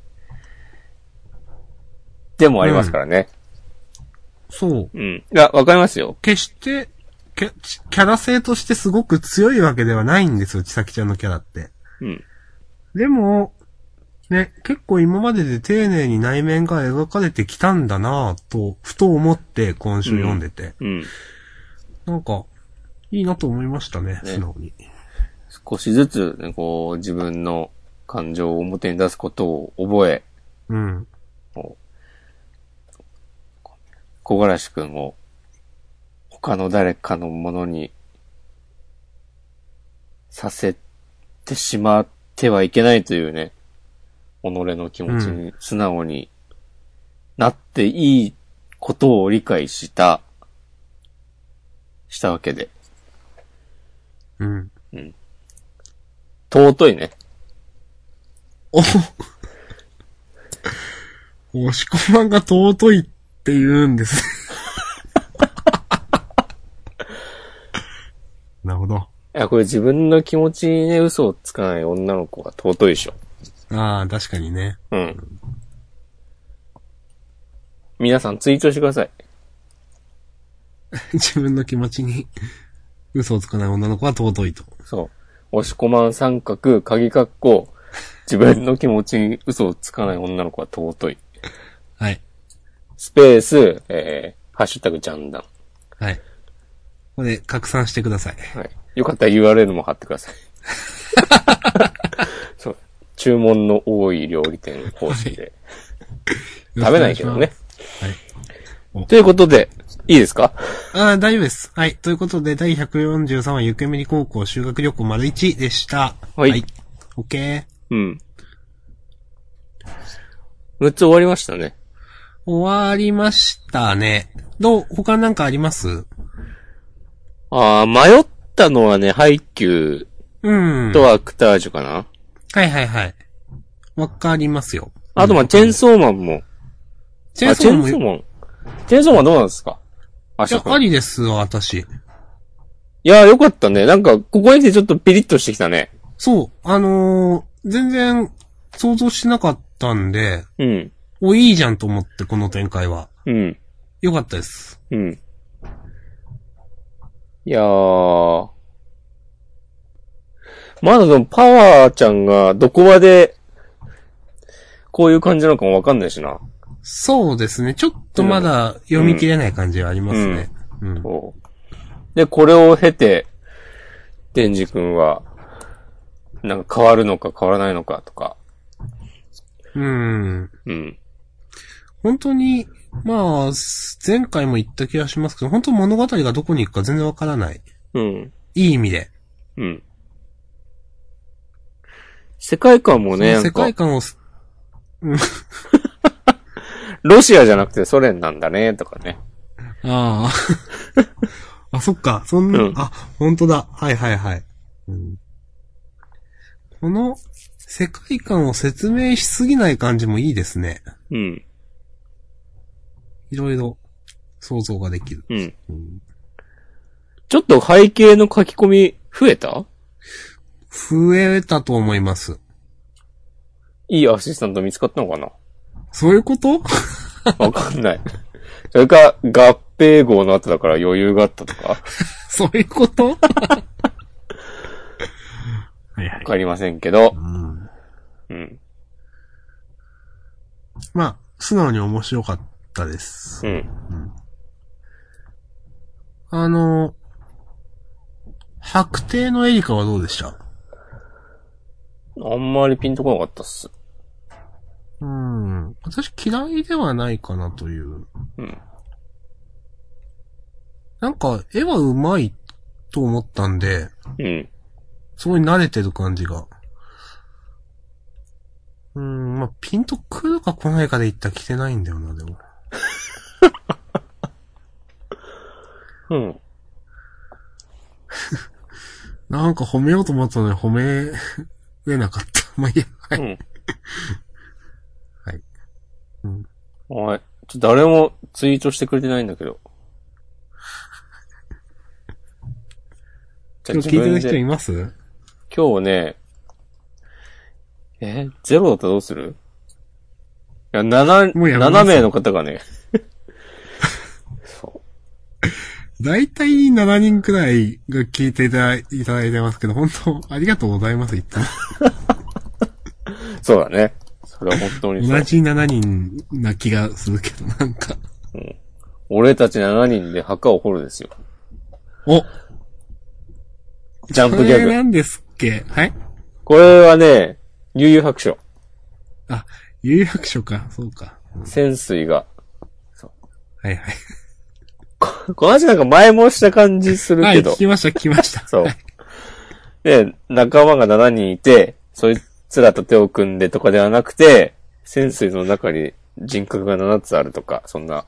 でもありますからね。
そう。
うん。いや、わかりますよ。
決して、キャキャラ性としてすごく強いわけではないんですよ、ちさきちゃんのキャラって。
うん。
でも、ね、結構今までで丁寧に内面が描かれてきたんだなぁと、ふと思って今週読んでて。
うん。
なんか、いいなと思いましたね、
ね
素直に。
少しずつ、ね、こう、自分の感情を表に出すことを覚え、
うん。
小柄しくんを、他の誰かのものに、させてしまってはいけないというね、己の気持ちに素直になっていいことを理解した、したわけで、
うん。
尊いね。
お 押し込まんが尊いって言うん ですね。なるほど。
いや、これ自分の気持ちにね、嘘をつかない女の子が尊いでしょ。
ああ、確かにね。
うん。皆さんツイートしてください。
自分の気持ちに嘘をつかない女の子は尊いと。
そう。押し込まん三角、鍵括弧、自分の気持ちに嘘をつかない女の子は尊い。
はい。
スペース、えー、ハッシュタグジャンダン。
はい。これ、拡散してください。
はい。よかったら URL も貼ってくだ さい。そう。注文の多い料理店方式で。食べないけどね。。
はい
ということで、いいですか
ああ、大丈夫です。はい。ということで、第143話、ゆけみり高校修学旅行丸1でした。
はい
オッケー。
うん。6つ終わりましたね。
終わりましたね。どう、他なんかあります
ああ、迷ったのはね、ハイキュ
うん。
ーとアクタージュかな。
はいはいはい。わかりますよ。
あと、まあ、チェンソーマンも。
チェ
あ
ン
チ
ソ
ェ
ー
ン
も、
ソー
い
マン。チェンソーマンどうなんですかあ、しょ
や、ありですわ、私。
いや、よかったね。なんか、ここに来てちょっとピリッとしてきたね。
そう、あのー全然、想像してなかったんで、
うん。
お、いいじゃんと思って、この展開は。
うん。
よかったです。
うん。いやー。まだでも、パワーちゃんがどこまで、こういう感じなのかもわかんないしな。
そうですね。ちょっとまだ読み切れない感じはありますね。うん。
そう。で、これを経て、デンジ君は、なんか変わるのか変わらないのかとか。
うん。
うん。
本当に、まあ、前回も言った気がしますけど、本当物語がどこに行くか全然わからない。
うん。
いい意味で。
うん。世界観もね、
その
な
世
んか
界、観をす、
ロシアじゃなくてソ連なんだね、とかね。
あ あ。あ、そっか。そんな、
うん
あ、本当だ。はいはいはい。うんこの、世界観を説明しすぎない感じもいいですね。
うん、
いろいろ、想像ができる。
うん。
うん
ちょっと背景の書き込み増えた
増えたと思います。
いいアシスタント見つかったのか な
そういうこと
わかんない。それか、合併号の後だから余裕があったとかわ
そういうこと はいはい。
かりませんけど
う。ん
うん。
まあ、素直に面白かったです。
うん。
あの、白帝のエリカはどうでした
あんまりピンとこなかったっす。
うん。私嫌いではないかなという。
うん。
なんか、絵は上手いと思ったんで、
うん。
すごい慣れてる感じが。うーん、まあ、ピンと来るか来ないかで言ったら来てないんだよな、でも。
うん。
なんか褒めようと思ったのに褒めれなかった。 まあ、いいや、はい。
うん。
はい。うん。
おい、ちょっと誰もツイートしてくれてないんだけど。じゃあ
今日
自
聞いて
分
る
で
人います
今日ね、え、ゼロだったらどうするいや、7、
もうやめます
7名の方がね。そ
だいたい7人くらいが聞いていただいいただいてますけど、本当ありがとうございます、いつ も。
う。そうだね。それは本当にそ
同
う。
じ7人な気がするけど、なんか。
俺たち7人で墓を掘るですよ。
お
ジャンプギャ
こ
グ
れ。なんですっけはい
これはね、悠々白書。
あ、有白書か、そうか。
潜水が。
はいはい。
この話なんか前もした感じする
は
け
い、
ど
聞。きました、聞きました。
そう。で、仲間が7人いて、そいつらと手を組んでとかではなくて、潜水の中に人格が7つあるとか、そんな、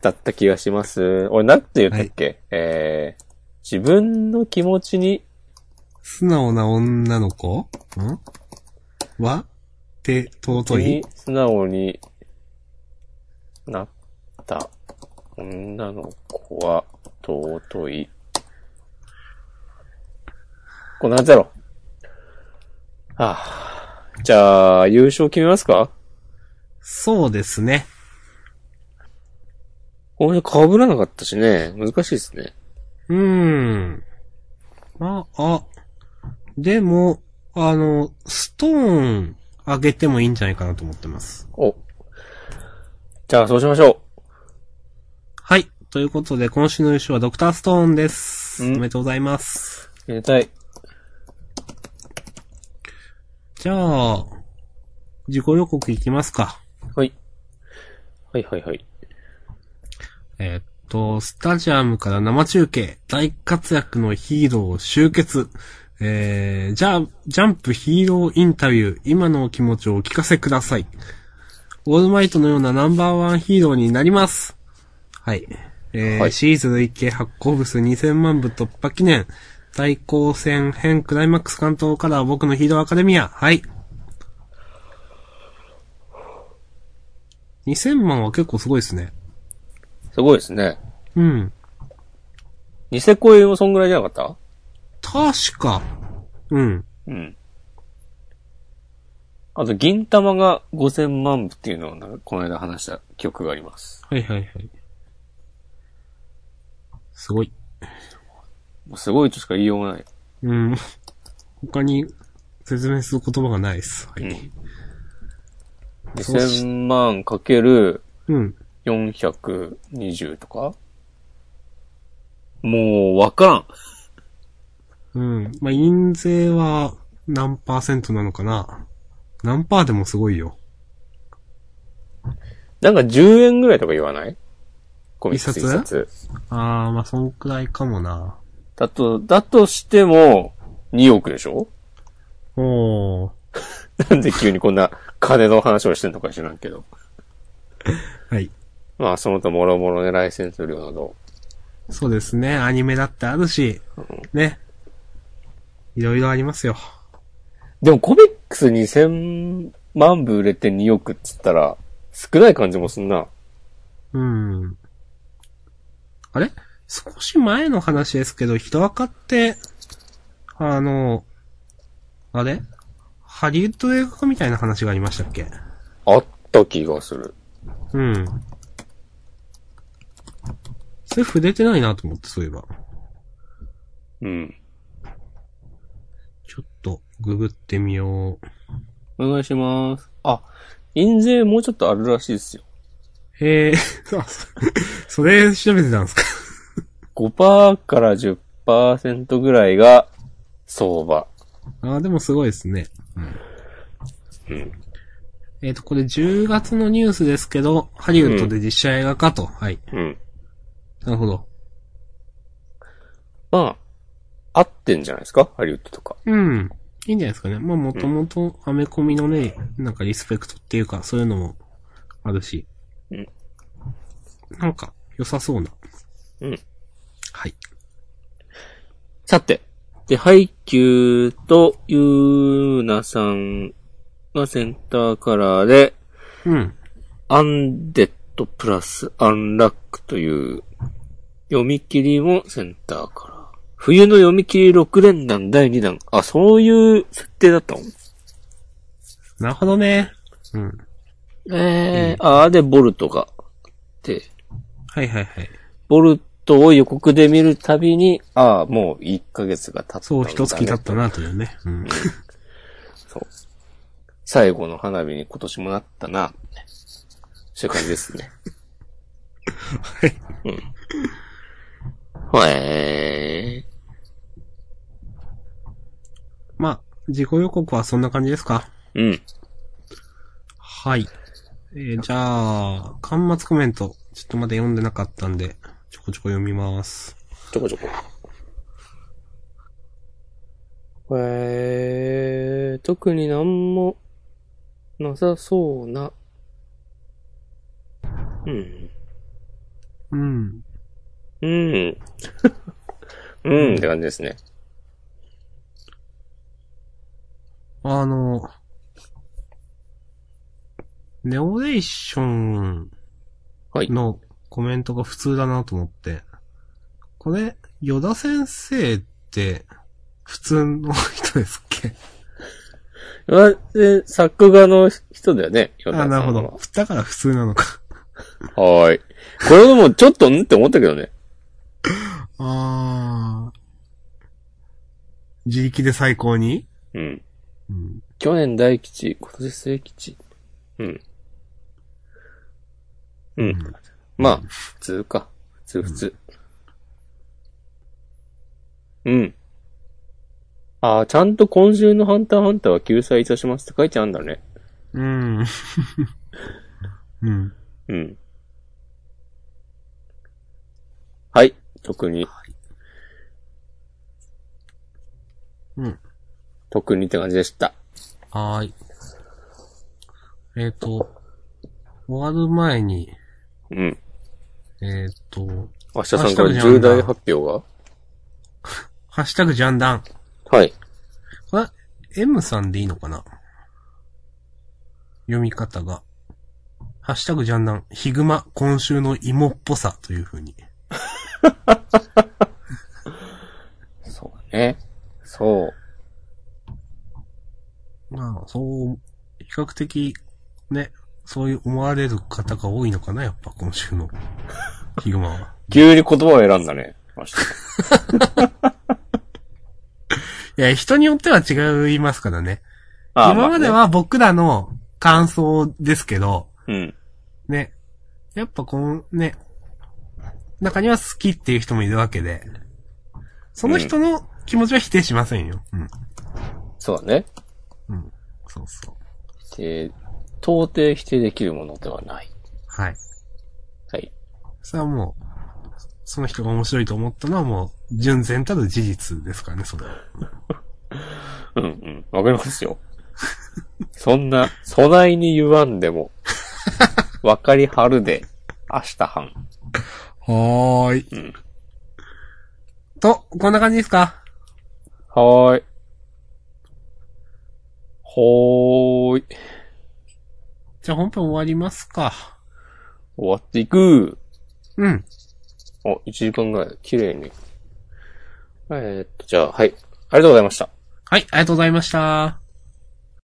だった気がします。俺、なんて言ったっけ、えー、自分の気持ちに、
素直な女の子んはって、尊い
に素直になった女の子は尊い。これなんだろう。はあ、じゃあ、優勝決めますか
そうですね。
これ被らなかったしね。難しいですね。
うーん。まあ、あ、でも、あの、ストーンあげてもいいんじゃないかなと思ってます。
お。じゃあ、そうしましょ
はい。ということで、今週の優勝はドクターストーンです。お
うん
めでとうございます。
う。入れたい。
じゃあ、自己予告いきますか。
はい。はいはいはい。
えーっと、スタジアムから生中継、大活躍のヒーロー集結、えー、じゃあ、ジャンプヒーローインタビュー、今のお気持ちをお聞かせください。オールマイトのようなナンバーワンヒーローになります。はい。えー
はい
シリーズ累計発行部数2000万部突破記念、対抗戦編クライマックス関東から僕のヒーローアカデミア。はい。2000万は結構すごいですね。
すごいですね。
うん。
ニセ恋もそんぐらいじゃなかっ
確か。うん。
たうん。あと、銀玉が5000万部っていうのをなんか、この間話した記憶があります。
はいはいはい。すごい。
もうすごいとしか言いようがない。
うん。 他に説明する言葉がないです。は
う
い。
ん。
そうし
2000万かける
うん。
420とかもう、わからん。
うん。まあ、印税は何パーセントなのかな何パーでもすごいよ。
なんか10円ぐらいとか言わないコミックス
一
一
冊
冊。
あー、まあ、そんくらいかもな。
だと、だとしても、2億でしょ
おー。
なんで急にこんな金の話をしてんのか知らんけど。
はい。
まあ、その他もろもろね、ライセンス料など。
そうですね。アニメだってあるし、ね。いろいろありますよ。
でもコミックス2000万部売れて2億っつったら、少ない感じもすんな。
うん。あれ少し前の話ですけど、ヒロアカって、あの、あれハリウッド映画化みたいな話がありましたっけ
あった気がする。
うん。それ触れてないなと思って、そういえば。
うん。
ちょっと、ググってみよう。
お願いします。あ、印税もうちょっとあるらしいですよ。
えー、 あそそれ調べてたんですか
5%から10%ぐらいが相場。
あーでもすごいですね。
うん。
えっ、と、これ10月のニュースですけど、ハリウッドで実写映画化と、はい。
うん。
なるほど。
まあ、合ってんじゃないですかハリウッドとか。
うん。いいんじゃないですかね。まあもともとアメコミのね、なんかリスペクトっていうか、そういうのもあるし。
うん
なんか、良さそうな。
うん。
はい。
さて。で、ハイキューとユーナさんがセンターカラーで、
うん。
アンデッドプラスアンラックという読み切りもセンターカラー。冬の読み切り6連弾第2弾。あ、そういう設定だったの
なるほどね。うん。
ええあーで、ボルトがあって、
はいはいはい。
ボルトを予告で見るたびに、ああ、もう1ヶ月が経ったんだね。
そう、一月経ったなというね。うん。
そう。最後の花火に今年もなったな、そういう感じですね。
はい。
へえ
まあ、自己予告はそんな感じですか
ー。うん。
はい。えーじゃあ、端末コメント。ちょっとまだ読んでなかったんで、ちょこちょこ読みます。
ちょこちょこ。えー、特になんもなさそうな。うん。
うん。
うん。うんって感じですね。
あの、ネオレーション
はい。
のコメントが普通だなと思って。これ、ヨダ先生って、普通の人ですっけ
あで作画の人だよね。ヨ
あ、
タさんは
なるほど。。だから普通なのか。
はーい。これでもちょっとんって思ったけどね。
あー。自力で最高に
うん。
うん。
去年大吉、今年末吉。うん。うん。まあ、普通か。普通、普通。うん。ああ、ちゃんと今週のハンターハンターは救済いたしますって書いてあるんだね。
うん。うん。
うん。はい。特に。
うん。
特にって感じでした。
はーい。えっ、と、終わる前に、
うん。
えっ、と、
明日さんから重大発表が
ハッシュタグジャンダン。
はい。
これ、M さんでいいのかな読み方が。ハッシュタグジャンダン、ヒグマ、今週の芋っぽさという風に。
そうだね。そう。
まあ、そう、比較的、ね、そういう思われる方が多いのかな、やっぱ今週の。ヒグマは。
急に言葉を選んだね。明日
いや、人によっては違いますからね。
あ
今まで
あ
は僕らの感想ですけど、
あねうん。
ね。やっぱこの、ね。中には好きっていう人もいるわけで。その人の気持ちは否定しませんよ。うん。
そうだね。
うん。そうそう。
否定、到底否定できるものではない。
はい。
はい。
それはもう、その人が面白いと思ったのはもう、純然たる事実ですからね、それは。
うんうん。わかりますよ。 そんな、備えに言わん でも、わかりはるで、明日半。
はーい。
うん。
と、こんな感じですか
はーい。ほーい。
じゃあ本編終わりますか。
終わっていく。
うん。
あ、1時間ぐらい。綺麗に。えーっと、じゃあ、はい。ありがとうございました。
はい、ありがとうございました。